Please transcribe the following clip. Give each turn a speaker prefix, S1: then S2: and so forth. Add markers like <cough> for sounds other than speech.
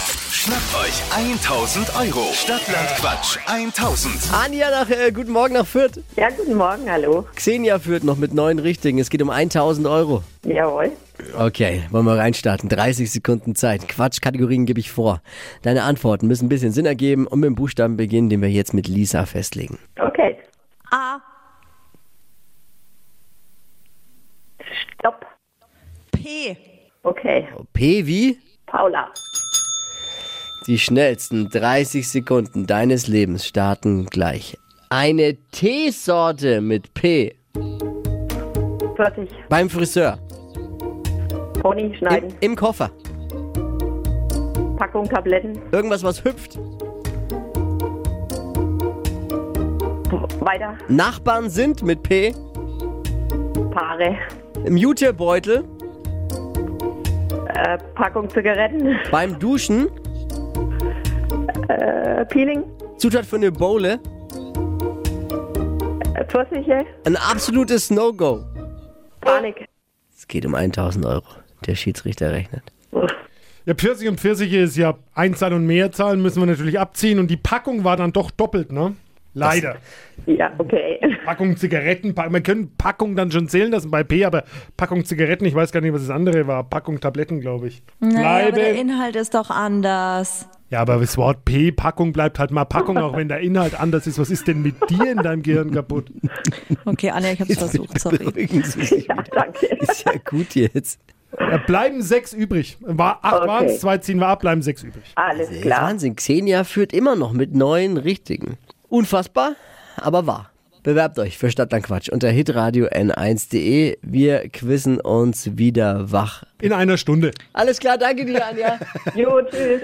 S1: Schnappt euch 1000 Euro. Stadtland Quatsch 1000.
S2: Anja, nach, äh, guten Morgen nach Fürth.
S3: Ja, guten Morgen, hallo.
S2: Xenia Fürth noch mit neun Richtigen. Es geht um 1000 Euro.
S3: Jawohl.
S2: Okay, wollen wir reinstarten. 30 Sekunden Zeit. Quatschkategorien gebe ich vor. Deine Antworten müssen ein bisschen Sinn ergeben und mit dem Buchstaben beginnen, den wir jetzt mit Lisa festlegen.
S3: Okay,
S4: A,
S3: stopp.
S4: P,
S3: Okay,
S2: P wie?
S3: Paula.
S2: Die schnellsten 30 Sekunden deines Lebens starten gleich. Eine Teesorte mit P.
S3: 40,
S2: Beim Friseur.
S3: Pony
S2: Im,
S3: schneiden,
S2: Im Koffer.
S3: Packung Tabletten,
S2: Irgendwas, was hüpft.
S3: w- weiter,
S2: Nachbarn sind mit P.
S3: Paare,
S2: Im Jutebeutel.
S3: äh, Packung Zigaretten,
S2: Beim Duschen.
S3: äh, Peeling,
S2: Zutat für eine Bowle.
S3: äh, Pfirsiche,
S2: Ein absolutes No-Go.
S3: Panik.
S2: Es geht um 1000 Euro. Der Schiedsrichter rechnet.
S5: Ja, Pfirsich und Pfirsiche ist ja Einzahl und Mehrzahl, müssen wir natürlich abziehen. Und die Packung war dann doch doppelt, ne? Leider.
S3: Ja, okay. <laughs>
S5: Packung Zigaretten, pa man können Packung dann schon zählen lassen bei P, aber Packung Zigaretten, ich weiß gar nicht, was das andere war. Packung Tabletten, glaube ich.
S4: naja, aber der
S5: Bleiben.
S4: Inhalt ist doch anders.
S5: Ja, aber das Wort P, Packung bleibt halt mal Packung, auch wenn der Inhalt anders ist. Was ist denn mit dir in deinem
S4: <laughs>
S5: Gehirn kaputt?
S4: Okay, Anja, ich hab's
S2: <laughs>
S4: versucht, sorry.
S2: Beruhigen Sie sich.
S3: Ja, danke.
S2: Ist ja gut jetzt.
S5: Ja, bleiben sechs übrig. War, acht
S3: Okay.
S5: waren es, zwei ziehen wir ab, bleiben sechs übrig.
S3: Alles
S2: Das ist
S3: klar.
S2: Wahnsinn. Xenia führt immer noch mit neun richtigen. Unfassbar, aber wahr. Bewerbt euch für Stadtland Quatsch unter hitradio n1.de. Wir quizzen uns wieder wach.
S5: In einer Stunde.
S2: Alles klar, danke dir, Anja.
S3: Jo, tschüss.